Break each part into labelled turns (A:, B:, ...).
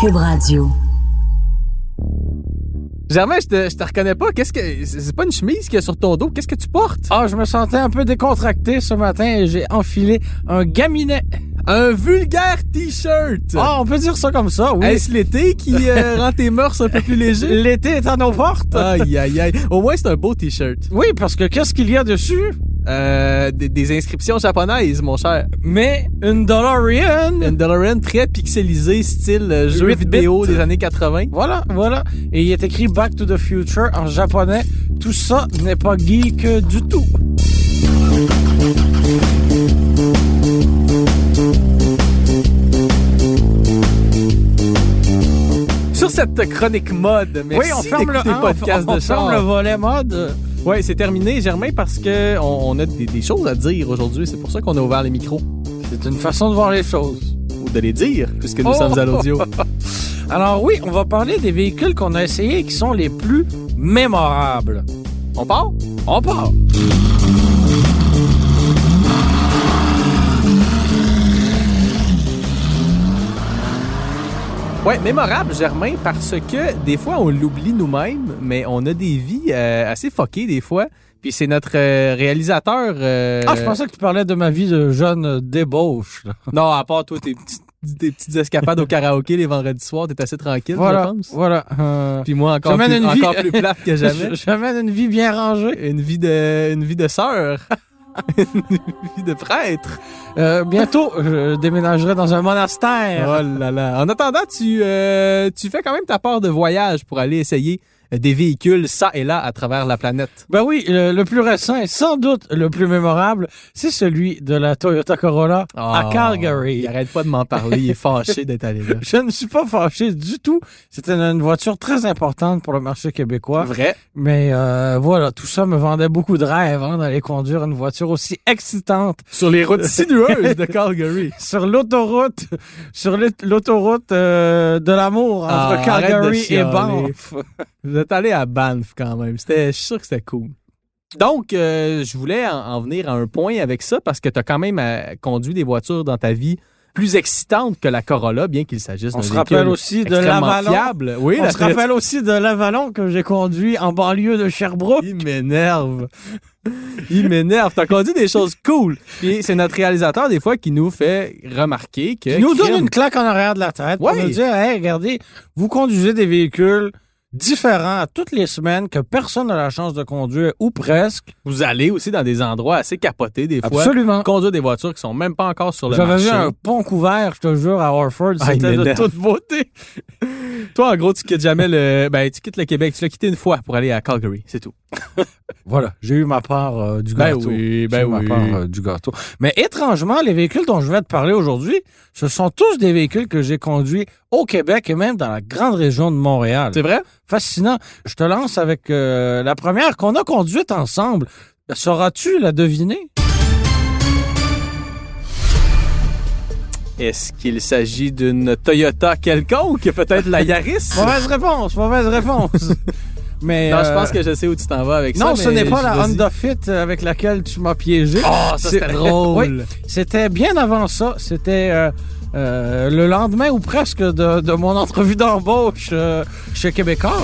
A: Cube Radio.
B: Germain, je te, je te reconnais pas. Qu'est-ce que. C'est pas une chemise qu'il y a sur ton dos. Qu'est-ce que tu portes?
C: Ah, je me sentais un peu décontracté ce matin et j'ai enfilé un gaminet.
B: Un vulgaire t-shirt!
C: Ah, on peut dire ça comme ça, oui.
B: Est-ce l'été qui euh, rend tes mœurs un peu plus légers?
C: L'été est à nos portes.
B: Aïe, aïe, aïe. Au moins, c'est un beau t-shirt.
C: Euh, Oui, parce que qu'est-ce qu'il y a dessus?
B: Euh, des, des inscriptions japonaises, mon cher.
C: Mais une DeLorean.
B: Une DeLorean très pixelisée, style euh, jeu
C: 8
B: vidéo
C: bits.
B: des années 80.
C: Voilà, voilà. Et il est écrit Back to the Future en japonais. Tout ça n'est pas geek du tout.
B: Sur cette chronique mode, merci
C: oui, on ferme le,
B: d'écouter
C: hein, on-
B: podcast
C: on
B: de
C: ferme
B: char.
C: le volet mode.
B: Ouais, c'est terminé, Germain, parce que on, on a des, des choses à dire aujourd'hui. C'est pour ça qu'on a ouvert les micros.
C: C'est une façon de voir les choses.
B: Ou de les dire, puisque nous
C: Oh!
B: sommes à l'audio.
C: Alors oui, on va parler des véhicules qu'on a essayés et qui sont les plus mémorables.
B: On part?
C: On part.
B: Ouais, mémorable, Germain, parce que des fois, on l'oublie nous-mêmes, mais on a des vies euh, assez fuckées des fois. Puis c'est notre euh, réalisateur... euh,
C: Ah, je pensais que tu parlais de ma vie de jeune débauche. là.
B: Non, à part toi, tes petites, tes petites escapades au karaoké les vendredis soirs, t'es assez tranquille, je
C: Voilà,
B: pense.
C: voilà. euh,
B: Puis moi, encore,
C: J'amène
B: plus,
C: une vie-
B: encore plus plate que jamais.
C: je- je mène une vie bien rangée,
B: une vie de une vie de sœur. une vie de prêtre.
C: Euh, bientôt, je déménagerai dans un
B: Oh
C: monastère.
B: là là. En attendant, tu, euh, tu fais quand même ta part de voyage pour aller essayer des véhicules ça et là à travers la planète.
C: Ben oui, le, le plus récent et sans doute le plus mémorable, c'est celui de la Toyota Corolla à
B: Oh,
C: Calgary.
B: Il arrête pas de m'en parler. Il est fâché d'être allé là.
C: Je ne suis pas fâché du tout. C'était une voiture très importante pour le marché québécois.
B: Vrai.
C: Mais euh, voilà, tout ça me vendait beaucoup de rêves hein, d'aller conduire une voiture aussi excitante
B: Sur les routes sinueuses de Calgary.
C: sur l'autoroute, sur l'aut- l'autoroute euh, de l'amour entre
B: Ah, arrête de
C: Calgary et
B: chialer.
C: Banff.
B: Vous êtes allé à Banff quand même. C'était, je suis sûr que c'était cool. Donc, euh, je voulais en, en venir à un point avec ça parce que tu as quand même euh, conduit des voitures dans ta vie plus excitantes que la Corolla, bien qu'il s'agisse d'un
C: On se
B: véhicule
C: rappelle aussi de
B: extrêmement
C: l'Avalon.
B: fiable. Oui,
C: On
B: la
C: se rappelle aussi de l'Avalon que j'ai conduit en banlieue de Sherbrooke.
B: Il m'énerve. Il m'énerve. T'as conduit des choses cool. Puis c'est notre réalisateur, des fois, qui nous fait remarquer que.
C: Il nous donne
B: crime,
C: une claque en arrière de la tête
B: Ouais.
C: pour nous dire hey, regardez, vous conduisez des véhicules différents à toutes les semaines que personne n'a la chance de conduire ou presque.
B: Vous allez aussi dans des endroits assez capotés, des fois.
C: Absolument.
B: Conduire des voitures qui sont même pas encore sur le
C: J'avais
B: marché.
C: vu un pont couvert, je te jure, à Orford.
B: Ah, il
C: C'était de
B: m'énerve.
C: toute beauté.
B: Toi, en gros, tu quittes jamais le. Ben, tu quittes le Québec. Tu l'as quitté une fois pour aller à Calgary, c'est tout.
C: Voilà, j'ai eu ma part euh, du
B: Ben
C: gâteau.
B: oui, ben
C: J'ai eu ma
B: oui.
C: part, euh, du gâteau. Mais étrangement, les véhicules dont je vais te parler aujourd'hui, ce sont tous des véhicules que j'ai conduits au Québec et même dans la grande région de Montréal.
B: C'est vrai?
C: Fascinant. Je te lance avec euh, la première qu'on a conduite ensemble. Sauras-tu la deviner?
B: Est-ce qu'il s'agit d'une Toyota quelconque, peut-être la Yaris?
C: Mauvaise réponse, mauvaise réponse. Mais
B: Non, je
C: euh,
B: pense que je sais où tu t'en vas avec ça.
C: non, ce
B: mais
C: n'est pas
B: je-
C: la
B: vas-y.
C: Honda Fit avec laquelle tu m'as piégé.
B: Oh, ça,
C: C'est-
B: c'était drôle.
C: C'était bien avant ça. C'était euh, euh, le lendemain ou presque de, de mon entrevue d'embauche euh, chez Québécois.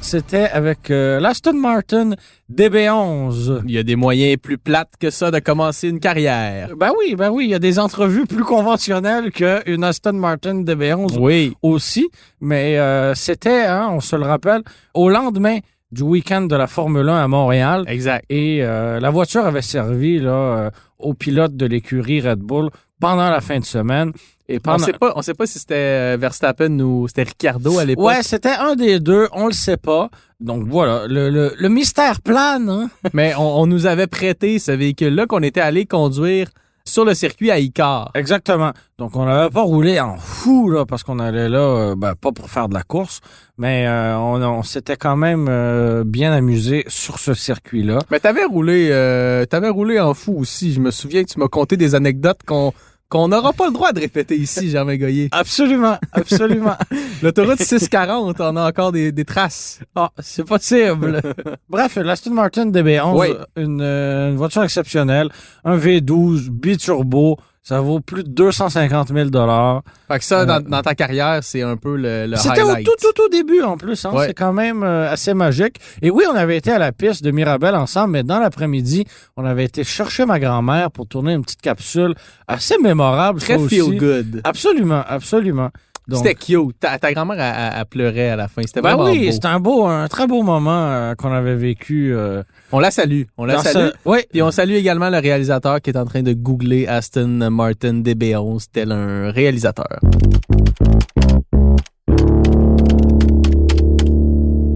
C: C'était avec euh, l'Aston Martin DB11.
B: Il y a des moyens plus plates que ça de commencer une carrière.
C: Ben oui, ben oui, il y a des entrevues plus conventionnelles qu'une Aston Martin DB11
B: Oui.
C: aussi. Mais euh, c'était, hein, on se le rappelle, au lendemain du week-end de la Formule 1 à Montréal.
B: Exact.
C: Et euh, la voiture avait servi là, euh, aux pilotes de l'écurie Red Bull pendant la fin de semaine. Et
B: On
C: pendant...
B: sait pas, on sait pas si c'était euh, Verstappen ou c'était Ricardo à l'époque.
C: Ouais, c'était un des deux, on le sait pas. Donc voilà, le, le- le mystère plane. hein.
B: Mais on, on nous avait prêté ce véhicule-là qu'on était allé conduire sur le circuit à Icar.
C: Exactement. Donc on n'avait pas roulé en fou là, parce qu'on allait là, euh, ben, pas pour faire de la course, mais euh, on, on s'était quand même euh, bien amusé sur ce circuit-là.
B: Mais t'avais roulé, euh, t'avais roulé en fou aussi. Je me souviens que tu m'as conté des anecdotes qu'on qu'on n'aura pas le droit de répéter ici, Germain Goyer.
C: Absolument, absolument.
B: L'autoroute 640, on a encore des, des traces.
C: Ah, c'est possible. Bref, l'Aston Martin DB11,
B: Oui.
C: une, euh, une voiture exceptionnelle, un V12 biturbo. Ça vaut plus de 250 000
B: Fait que ça, dans,
C: Euh,
B: dans ta carrière, c'est un peu le, le
C: C'était au
B: highlight.
C: tout, tout, tout début en plus. hein.
B: Ouais.
C: C'est quand même euh, assez magique. Et oui, on avait été à la piste de Mirabel ensemble, mais dans l'après-midi, on avait été chercher ma grand-mère pour tourner une petite capsule assez mémorable.
B: Très
C: ça aussi.
B: feel good.
C: Absolument, absolument. Donc,
B: C'était cute. Ta, ta grand-mère, elle, elle- elle pleurait à la fin. C'était
C: ben
B: vraiment
C: oui,
B: beau.
C: c'était un beau, un très beau moment euh, qu'on avait vécu. euh,
B: On la salue. On la
C: dans ce-
B: salue.
C: Oui,
B: Puis on salue également le réalisateur qui est en train de googler Aston Martin DB11 tel un réalisateur.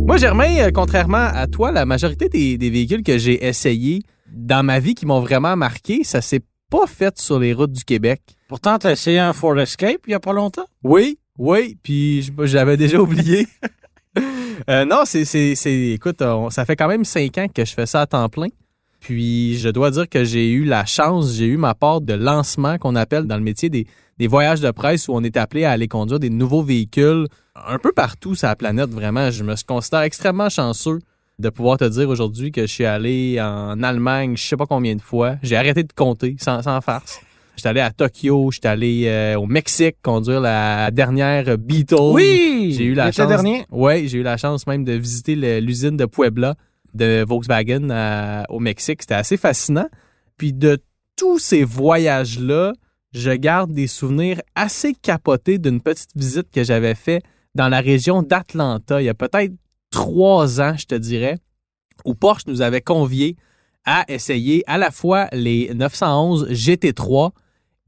B: Moi, Germain, euh, contrairement à toi, la majorité des, des véhicules que j'ai essayés dans ma vie qui m'ont vraiment marqué, ça s'est pas fait sur les routes du Québec.
C: Pourtant, t'as essayé un Ford Escape il y a pas longtemps.
B: Oui, oui, puis je- j'avais déjà oublié. Euh, non, c'est, c'est, c'est- écoute, on- ça fait quand même cinq ans que je fais ça à temps plein. Puis je dois dire que j'ai eu la chance, j'ai eu ma part de lancement qu'on appelle dans le métier des, des voyages de presse où on est appelé à aller conduire des nouveaux véhicules un peu partout sur la planète, vraiment. Je me considère extrêmement chanceux de pouvoir te dire aujourd'hui que je suis allé en Allemagne je sais pas combien de fois. J'ai arrêté de compter sans, sans farce. J'étais allé à Tokyo, j'étais allé euh, au Mexique conduire la dernière Beetle.
C: oui,
B: j'ai eu la
C: l'été
B: chance.
C: dernier.
B: Oui, j'ai eu la chance même de visiter le- l'usine de Puebla de Volkswagen à- au Mexique. C'était assez fascinant. Puis de tous ces voyages-là, je garde des souvenirs assez capotés d'une petite visite que j'avais faite dans la région d'Atlanta il y a peut-être trois ans, je te dirais, où Porsche nous avait conviés à essayer à la fois les 911 GT3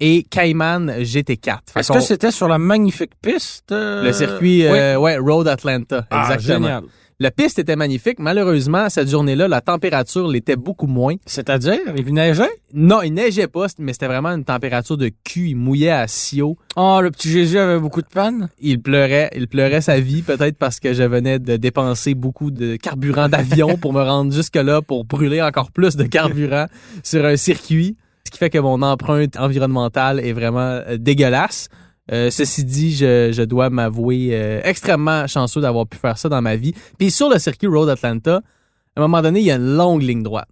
B: et Cayman GT4. Fait
C: Est-ce
B: qu'on-
C: que c'était sur la magnifique piste euh,
B: le circuit,
C: oui.
B: euh, ouais, Road Atlanta,
C: Ah,
B: exactement.
C: génial.
B: La piste était magnifique. Malheureusement, cette journée-là, la température l'était beaucoup moins.
C: C'est-à-dire, il neigeait.
B: Non, il neigeait pas, mais c'était vraiment une température de cul. Il mouillait à Sio.
C: Oh, le petit Jésus avait beaucoup de panne.
B: Il pleurait, il pleurait sa vie, peut-être parce que je venais de dépenser beaucoup de carburant d'avion pour me rendre jusque-là pour brûler encore plus de carburant sur un circuit. Ce qui fait que mon empreinte environnementale est vraiment euh, dégueulasse. Euh, ceci dit, je, je dois m'avouer euh, extrêmement chanceux d'avoir pu faire ça dans ma vie. Puis sur le circuit Road Atlanta, à un moment donné, il y a une longue ligne droite.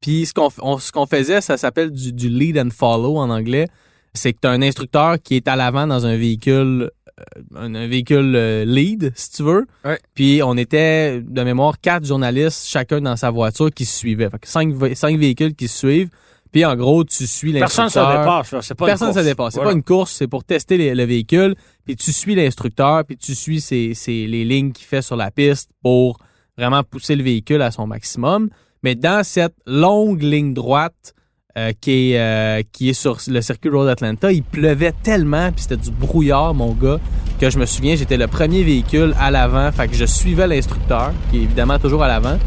B: Puis ce qu'on f- on- ce qu'on faisait, ça s'appelle du, du lead and follow en anglais. C'est que tu as un instructeur qui est à l'avant dans un véhicule, euh, un, un véhicule euh, lead, si tu veux.
C: Ouais.
B: Puis on était, de mémoire, quatre journalistes, chacun dans sa voiture, qui se suivaient. Fait que cinq, vé- cinq véhicules qui se suivent. Puis en gros, tu suis
C: Personne ne se
B: l'instructeur.
C: dépasse. là. C'est pas
B: Personne ne se dépasse. C'est
C: Voilà.
B: pas une course, c'est pour tester les- le véhicule. Puis tu suis l'instructeur, puis tu suis ses- ses- les lignes qu'il fait sur la piste pour vraiment pousser le véhicule à son maximum. Mais dans cette longue ligne droite euh, qui, est, euh, qui est sur le circuit Road Atlanta, il pleuvait tellement, puis c'était du brouillard, mon gars, que je me souviens, j'étais le premier véhicule à l'avant. Fait que je suivais l'instructeur, qui est évidemment toujours à l'avant.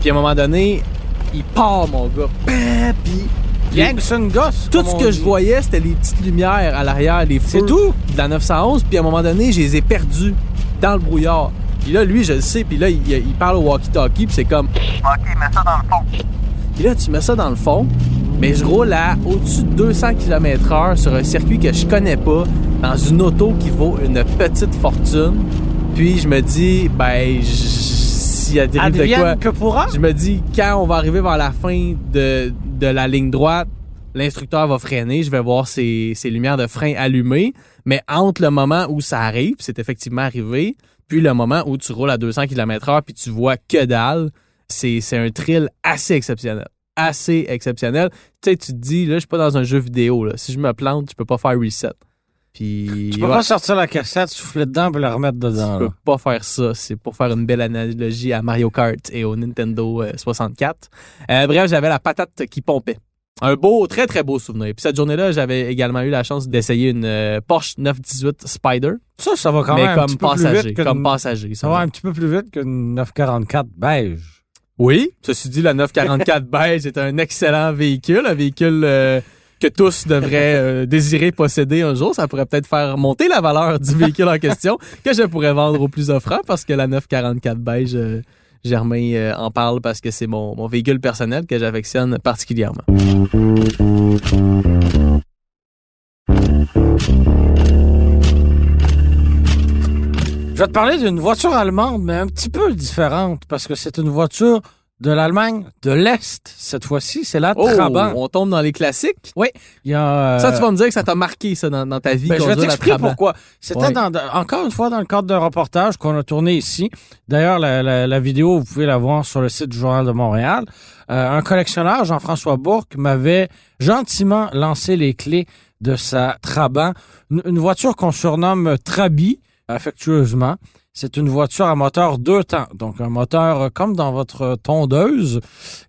B: Puis à un moment donné, il part, mon gars. Bam! Puis
C: Gangson Goss.
B: tout
C: comme
B: ce
C: on
B: que
C: dit.
B: je voyais, c'était les petites lumières à l'arrière, les feux.
C: C'est tout?
B: De la 911, puis à un moment donné, je les ai perdus dans le brouillard. Puis là, lui, je le sais, puis là, il, il parle au walkie-talkie, puis c'est comme... OK, mets ça dans le fond. Puis là, tu mets ça dans le fond, mais je roule à au-dessus de 200 km h sur un circuit que je connais pas, dans une auto qui vaut une petite fortune. Puis je me dis, ben, j- s'il y a des de quoi...
C: Advienne que pourra.
B: Je me dis, quand on va arriver vers la fin de, de la ligne droite, l'instructeur va freiner, je vais voir ses, ses lumières de frein allumées, mais entre le moment où ça arrive, puis c'est effectivement arrivé, puis le moment où tu roules à 200 km/h puis tu vois que dalle, c'est c'est un thrill assez exceptionnel. Assez exceptionnel. Tu sais, tu te dis, là, je suis pas dans un jeu vidéo. Là. Si je me plante, tu peux pas faire reset. Puis,
C: Tu peux
B: ouais,
C: pas sortir la cassette, souffler dedans puis la remettre dedans.
B: tu
C: là.
B: peux pas faire ça. C'est pour faire une belle analogie à Mario Kart et au Nintendo euh, 64. Euh, bref, j'avais la patate qui pompait. Un beau, très très beau souvenir. Puis cette journée-là, j'avais également eu la chance d'essayer une euh, Porsche 918 Spider,
C: Ça, ça va quand
B: mais
C: même un
B: comme
C: petit peu plus
B: passager,
C: vite que
B: comme passager. ça
C: Ça va
B: va.
C: un petit peu plus vite qu'une 944 beige.
B: Oui, ceci dit, la 944 beige est un excellent véhicule, un véhicule euh, que tous devraient euh, désirer posséder un jour. Ça pourrait peut-être faire monter la valeur du véhicule en question que je pourrais vendre au plus offrant parce que la 944 beige, euh, Germain euh, en parle parce que c'est mon, mon véhicule personnel que j'affectionne particulièrement.
C: Je vais te parler d'une voiture allemande, mais un petit peu différente, parce que c'est une voiture de l'Allemagne de l'Est. Cette fois-ci, c'est la
B: Oh,
C: Trabant.
B: on tombe dans les classiques.
C: Il y a, Ah, euh,
B: Ça, tu vas me dire que ça t'a marqué, ça, dans, dans ta vie.
C: ben, je vais
B: conduire la
C: t'expliquer
B: Trabant.
C: pourquoi. C'était
B: Ouais.
C: dans- dans- encore une fois dans le cadre d'un reportage qu'on a tourné ici. D'ailleurs, la, la- la vidéo, vous pouvez la voir sur le site du Journal de Montréal. Euh, un collectionneur, Jean-François Bourque, m'avait gentiment lancé les clés de sa Trabant, une, une voiture qu'on surnomme Trabi, affectueusement. C'est une voiture à moteur deux temps, donc un moteur euh, comme dans votre tondeuse.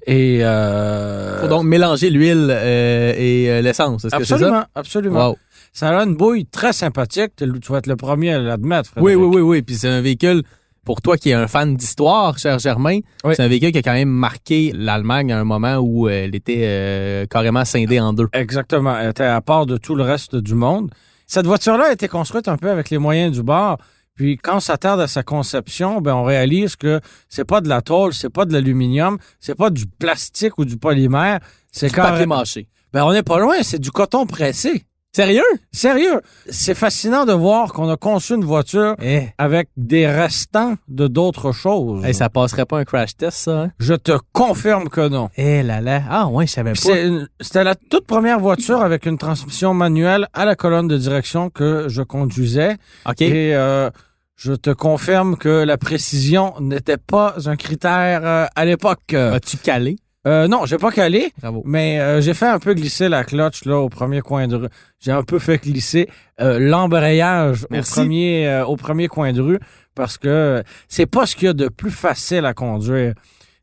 C: Et euh,
B: Faut donc mélanger l'huile euh, et euh, l'essence. Est-ce que c'est ça?
C: absolument, absolument.
B: Wow.
C: Ça a une bouille très sympathique. Tu tu vas être le premier à l'admettre.
B: Oui,
C: Frédéric.
B: oui, oui, oui. Puis c'est un véhicule, pour toi qui es un fan d'histoire, cher Germain,
C: Oui.
B: c'est un véhicule qui a quand même marqué l'Allemagne à un moment où euh, elle était euh, carrément scindée en deux.
C: Exactement. Elle était à part de tout le reste du monde. Cette voiture-là a été construite un peu avec les moyens du bord. Puis quand on s'attarde à sa conception, ben on réalise que c'est pas de la tôle, c'est pas de l'aluminium, c'est pas du plastique ou du polymère, c'est
B: Du papier
C: carrément.
B: mâché.
C: Ben on n'est pas loin, c'est du coton pressé.
B: Sérieux?
C: Sérieux, c'est fascinant de voir qu'on a conçu une voiture
B: Eh.
C: avec des restants de d'autres choses.
B: ça passerait pas un crash test, ça? Hein?
C: Je te confirme que non.
B: Eh là là. Ah ouais, je savais
C: Puis c'est une- C'était la toute première voiture avec une transmission manuelle à la colonne de direction que je conduisais.
B: OK.
C: Et euh, je te confirme que la précision n'était pas un critère euh, à l'époque. Euh,
B: As-tu calé?
C: euh, non, j'ai pas calé,
B: Bravo.
C: mais euh, j'ai fait un peu glisser la cloche là au premier coin de rue. J'ai un peu fait glisser euh, l'embrayage au
B: Merci.
C: premier euh, au premier coin de rue parce que c'est pas ce qu'il y a de plus facile à conduire.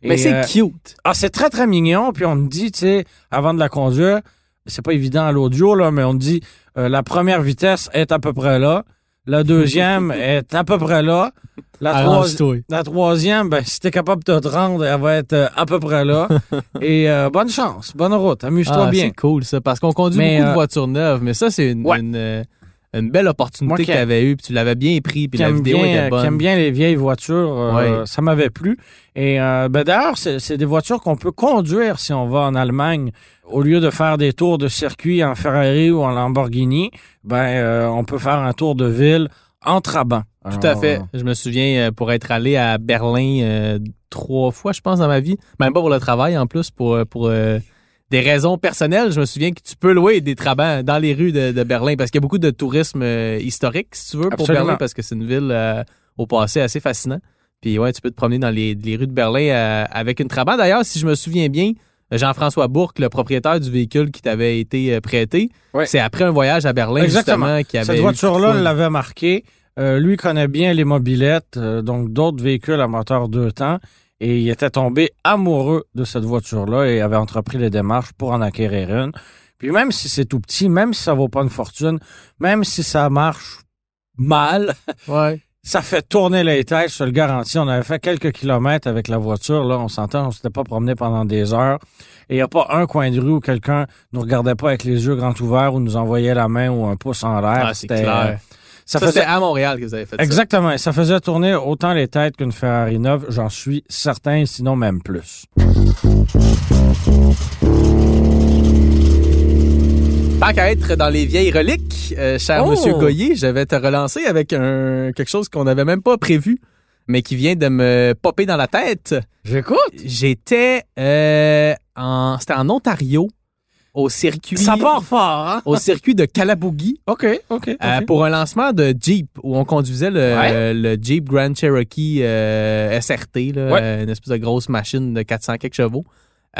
B: Mais
C: Et,
B: c'est
C: euh,
B: cute.
C: ah, c'est très, très mignon. Puis on me dit, tu sais, avant de la conduire, c'est pas évident à l'audio, là, mais on me dit, euh, la première vitesse est à peu près là. La deuxième est à peu près là.
B: Ah,
C: La, trois-
B: Arrange-toi.
C: la troisième, ben, si t'es capable de te rendre, elle va être euh, à peu près là. Et euh, bonne chance, bonne route, amuse-toi
B: Ah,
C: bien.
B: C'est cool, ça. Parce qu'on conduit
C: Mais,
B: beaucoup
C: euh,
B: de voitures neuves, mais ça, c'est une,
C: Ouais.
B: une, euh, une belle
C: Moi
B: opportunité
C: qui
B: que tu avais eue, puis tu l'avais bien pris, puis
C: qui
B: la
C: aime
B: vidéo
C: bien,
B: était
C: qui aime
B: bonne.
C: bien les vieilles voitures, euh,
B: Ouais.
C: ça m'avait plu. Et euh, ben, d'ailleurs, c'est c'est des voitures qu'on peut conduire si on va en Allemagne. Au lieu de faire des tours de circuit en Ferrari ou en Lamborghini, ben euh, on peut faire un tour de ville en Trabant.
B: Tout à
C: Ah.
B: fait. Je me souviens, euh, pour être allé à Berlin euh, trois fois, je pense, dans ma vie, même pas pour le travail en plus, pour, euh, pour euh, des raisons personnelles, je me souviens que tu peux louer des trabants dans les rues de, de Berlin parce qu'il y a beaucoup de tourisme euh, historique, si tu veux, pour
C: Absolument.
B: Berlin, parce que c'est une ville euh, au passé assez fascinant. Puis ouais, tu peux te promener dans les, les rues de Berlin euh, avec une trabant. D'ailleurs, si je me souviens bien, Jean-François Bourque, le propriétaire du véhicule qui t'avait été euh, prêté,
C: Ouais.
B: c'est après un voyage à Berlin,
C: Exactement.
B: justement, qu'il avait eu
C: Cette
B: le coup de
C: voiture-là
B: foudre.
C: l'avait marqué. Euh, lui connaît bien les mobilettes, euh, donc d'autres véhicules à moteur deux temps. Et il était tombé amoureux de cette voiture-là et avait entrepris les démarches pour en acquérir une. Puis même si c'est tout petit, même si ça vaut pas une fortune, même si ça marche mal,
B: Ouais.
C: ça fait tourner les têtes, je te le garantis. On avait fait quelques kilomètres avec la voiture, là, on s'entend, on s'était pas promené pendant des heures. Et il n'y a pas un coin de rue où quelqu'un nous regardait pas avec les yeux grands ouverts ou nous envoyait la main ou un pouce en l'air.
B: Ah, c'est
C: C'était-
B: clair.
C: Ça,
B: Ça,
C: faisait...
B: c'était à Montréal que vous avez fait ça.
C: Exactement. Ça faisait tourner autant les têtes qu'une Ferrari neuve, j'en suis certain, sinon même plus.
B: Tant qu'à être dans les vieilles reliques, euh, cher
C: Oh!
B: Monsieur Goyer, je vais te relancer avec un, quelque chose qu'on n'avait même pas prévu, mais qui vient de me popper dans la tête.
C: J'écoute.
B: J'étais euh, en, c'était en Ontario, au circuit,
C: Ça part Oh! fort, hein?
B: au circuit de Calabogie,
C: OK, OK. ok.
B: euh, pour un lancement de Jeep où on conduisait le,
C: Ouais.
B: euh, le Jeep Grand Cherokee euh, SRT, là,
C: Ouais.
B: euh, une espèce de grosse machine de 400 quelques chevaux.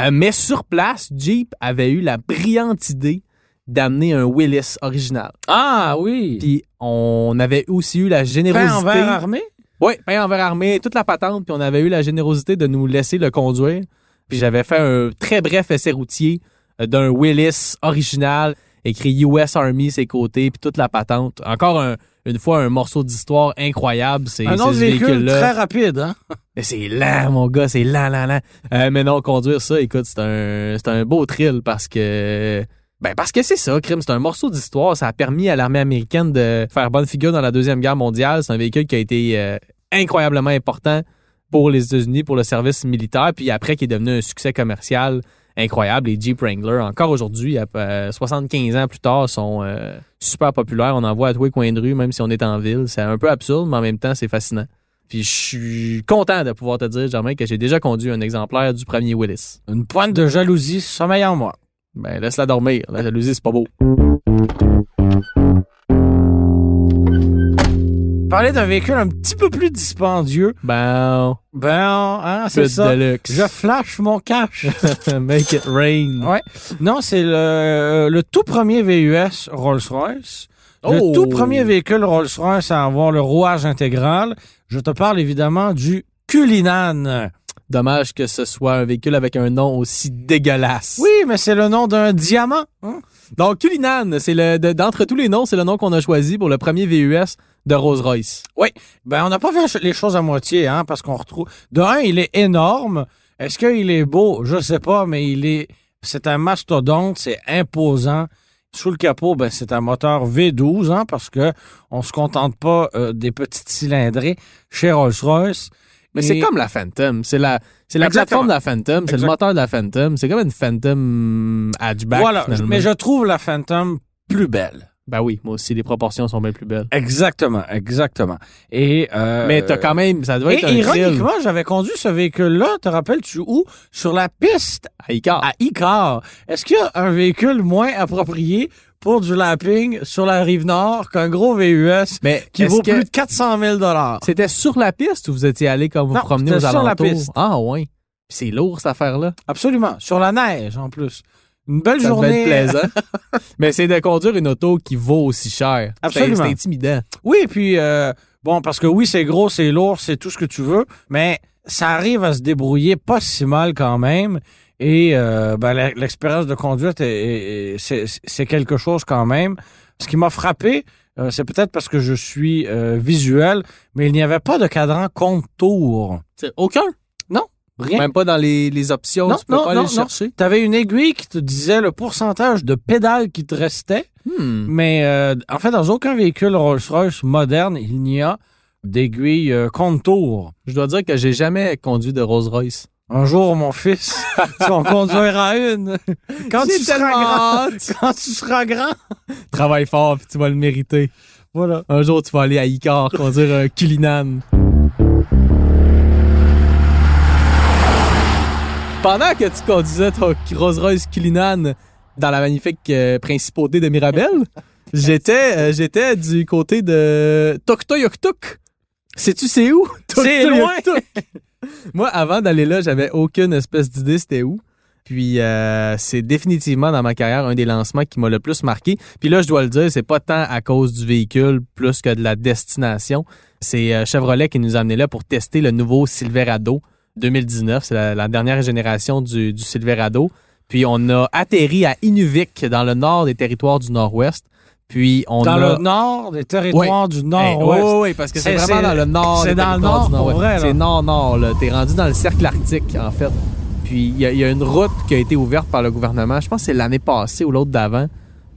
B: Euh, mais sur place, Jeep avait eu la brillante idée d'amener un Willis original.
C: Ah oui.
B: Puis on avait aussi eu la
C: Pain en verre
B: générosité.
C: armé?
B: Oui, pain en verre armé, toute la patente. Puis on avait eu la générosité de nous laisser le conduire. Puis j'avais fait un très bref essai routier euh, d'un Willis original, écrit US Army ses côtés, puis toute la patente. Encore un- une fois, un morceau d'histoire incroyable. C'est
C: Un autre
B: ce
C: véhicule
B: véhicule-là.
C: très rapide, hein?
B: Mais c'est lent, mon gars, c'est lent, lent, lent. Euh, mais non, conduire ça, écoute, c'est un, c'est un beau thrill parce que. Ben, parce que c'est ça, Crime. C'est un morceau d'histoire. Ça a permis à l'armée américaine de faire bonne figure dans la Deuxième Guerre mondiale. C'est un véhicule qui a été euh, incroyablement important pour les États-Unis, pour le service militaire. Puis après, qui est devenu un succès commercial incroyable. Les Jeep Wrangler, encore aujourd'hui, à- euh, 75 ans plus tard, sont euh, super populaires. On en voit à tous les coins de rue, même si on est en ville. C'est un peu absurde, mais en même temps, c'est fascinant. Puis je suis content de pouvoir te dire, Germain, que j'ai déjà conduit un exemplaire du premier Willis.
C: Une pointe de jalousie sommeille en moi.
B: Ben, laisse-la dormir. La jalousie, c'est pas beau.
C: Parler d'un véhicule un petit peu plus dispendieux.
B: Ben,
C: Ben, hein, c'est
B: pute
C: ça.
B: de luxe.
C: Je flash mon cash.
B: Make it rain.
C: Ouais. Non, c'est le, le tout premier VUS Rolls-Royce. Le
B: Oh!
C: tout premier véhicule Rolls-Royce à avoir le rouage intégral. Je te parle évidemment du Cullinan.
B: Dommage que ce soit un véhicule avec un nom aussi dégueulasse.
C: Oui, mais c'est le nom d'un diamant. hein.
B: Donc, Cullinan, c'est le, de- d'entre tous les noms, c'est le nom qu'on a choisi pour le premier VUS de Rolls-Royce.
C: Ben, on n'a pas fait les choses à moitié, hein, parce qu'on retrouve. De un, il est énorme. Est-ce qu'il est beau? Je sais pas, mais il est. C'est un mastodonte, c'est imposant. Sous le capot, ben, c'est un moteur V12, hein, parce que on se contente pas euh, des petites cylindrées chez Rolls-Royce.
B: Mais
C: Et-
B: c'est comme la Phantom. C'est la, c'est la
C: Exactement.
B: plateforme de la Phantom. C'est le
C: Exact.
B: moteur de la Phantom. C'est comme une Phantom hatchback.
C: Voilà,
B: finalement.
C: mais je trouve la Phantom plus belle.
B: Ben oui, moi aussi, les proportions sont bien plus belles.
C: Exactement, exactement. Et euh,
B: mais t'as quand même, ça doit
C: Et
B: être un thrill
C: ironiquement, j'avais conduit ce véhicule-là, te rappelles-tu où? Sur la piste
B: à Icar.
C: à Icar. Est-ce qu'il y a un véhicule moins approprié pour du lapping sur la rive nord qu'un gros VUS
B: Mais
C: qui
B: est-ce
C: vaut
B: que
C: plus de 400 000
B: c'était sur la piste ou vous étiez allé comme vous
C: Non,
B: promenez aux
C: c'était sur la
B: alentours?
C: piste.
B: Ah ouais. Puis c'est lourd cette affaire-là.
C: Absolument. Sur la neige, en plus. Une belle
B: Ça devait
C: journée.
B: être plaisant. mais c'est de conduire une auto qui vaut aussi cher. C'est-
C: Absolument.
B: C'est intimidant.
C: Oui, puis euh, bon, parce que oui, c'est gros, c'est lourd, c'est tout ce que tu veux, mais ça arrive à se débrouiller pas si mal quand même. Et euh, ben, la- l'expérience de conduite, est- est- est- c'est c'est quelque chose quand même. Ce qui m'a frappé, euh, c'est peut-être parce que je suis euh, visuel, mais il n'y avait pas de cadran contour.
B: C'est- Aucun.
C: Rien.
B: Même pas dans les, les options.
C: Ben, Non,
B: tu peux
C: non,
B: pas
C: non,
B: aller le
C: non.
B: chercher.
C: Tu avais une aiguille qui te disait le pourcentage de pédales qui te restait.
B: Hmm.
C: Mais euh, en fait, dans aucun véhicule Rolls-Royce moderne, il n'y a d'aiguille euh, contour.
B: Je dois dire que j'ai jamais conduit de Rolls-Royce.
C: Un jour, mon fils, tu en conduiras une. Quand tu seras grand. Quand tu seras grand.
B: Travaille fort, puis tu vas le mériter.
C: Voilà.
B: Un jour, tu vas aller à Icar conduire un Cullinan. Pendant que tu conduisais ton Rolls-Royce Cullinan dans la magnifique euh, principauté de Mirabel, j'étais euh, j'étais du côté de Toktoyoktuk. Sais-tu c'est où?
C: C'est loin.
B: Toktoyoktuk. Moi, avant d'aller là, j'avais aucune espèce d'idée c'était où. Puis euh, c'est définitivement dans ma carrière un des lancements qui m'a le plus marqué. Puis là, je dois le dire, c'est pas tant à cause du véhicule plus que de la destination. C'est euh, Chevrolet qui nous a amenés là pour tester le nouveau Silverado 2019. C'est la, la dernière génération du, du Silverado. Puis on a atterri à Inuvik, dans le nord des territoires du Nord-Ouest. Puis on
C: Dans
B: a...
C: le nord des territoires du
B: Hey,
C: Nord-Ouest.
B: oui, oui, oui, parce que c'est
C: C'est-
B: vraiment
C: c'est-
B: dans le nord.
C: c'est
B: des
C: dans le
B: territoires
C: nord,
B: du Nord-Ouest.
C: pour vrai, là.
B: C'est nord-nord, là. T'es rendu dans le cercle arctique, en fait. Puis il y, a- il y a une route qui a été ouverte par le gouvernement, je pense que c'est l'année passée ou l'autre d'avant,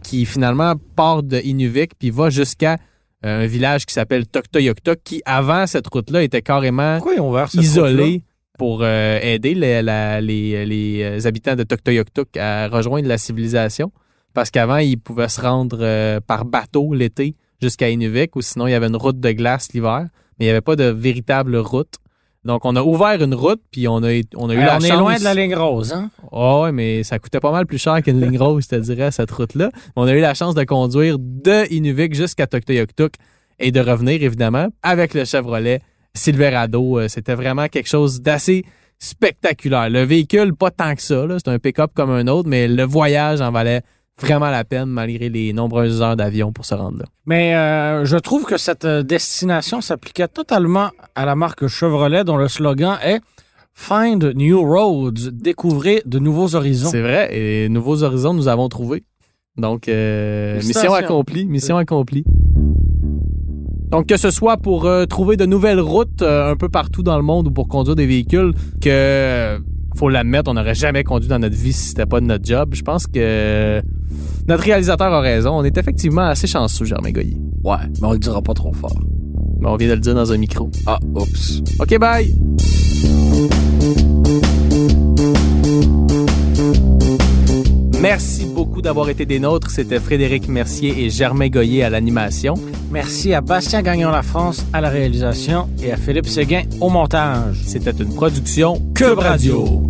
B: qui finalement part de Inuvik puis va jusqu'à euh, un village qui s'appelle Toktoyoktok, qui avant cette route-là était carrément
C: Pourquoi ils ont ouvert cette route-là?
B: isolé pour euh, aider les, la- les- les euh, habitants de Toktoyoktuk à rejoindre la civilisation. Parce qu'avant, ils pouvaient se rendre euh, par bateau l'été jusqu'à Inuvik, ou sinon, il y avait une route de glace l'hiver, mais il n'y avait pas de véritable route. Donc, on a ouvert une route, puis on a, on a eu
C: Hey,
B: la
C: Euh, Eh, on
B: chance...
C: est loin de la ligne rose, hein?
B: Ah ouais, mais ça coûtait pas mal plus cher qu'une ligne rose, je te dirais, cette route-là. On a eu la chance de conduire de Inuvik jusqu'à Toktoyoktuk et de revenir, évidemment, avec le Chevrolet Silverado. Euh, C'était vraiment quelque chose d'assez spectaculaire. Le véhicule, pas tant que ça. là. C'est un pick-up comme un autre, mais le voyage en valait vraiment la peine malgré les nombreuses heures d'avion pour se rendre là.
C: Mais euh, je trouve que cette euh, destination s'appliquait totalement à la marque Chevrolet dont le slogan est Find New Roads, découvrez de nouveaux horizons.
B: C'est vrai, et Nouveaux Horizons, nous avons trouvé. Donc, euh, mission
C: Félicitations.
B: accomplie, mission accomplie. Donc, que ce soit pour euh, trouver de nouvelles routes euh, un peu partout dans le monde ou pour conduire des véhicules que, euh, faut l'admettre, on n'aurait jamais conduit dans notre vie si c'était pas de notre job, je pense que euh, notre réalisateur a raison. On est effectivement assez chanceux, Germain Goyer.
C: Ouais, mais on le dira pas trop fort.
B: Mais on vient de le dire dans un micro.
C: Ah, oups.
B: OK, bye! Merci beaucoup d'avoir été des nôtres. C'était Frédéric Mercier et Germain Goyer à l'animation.
C: Merci à Bastien Gagnon La France à la réalisation et à Philippe Séguin au montage.
B: C'était une production Cube Radio.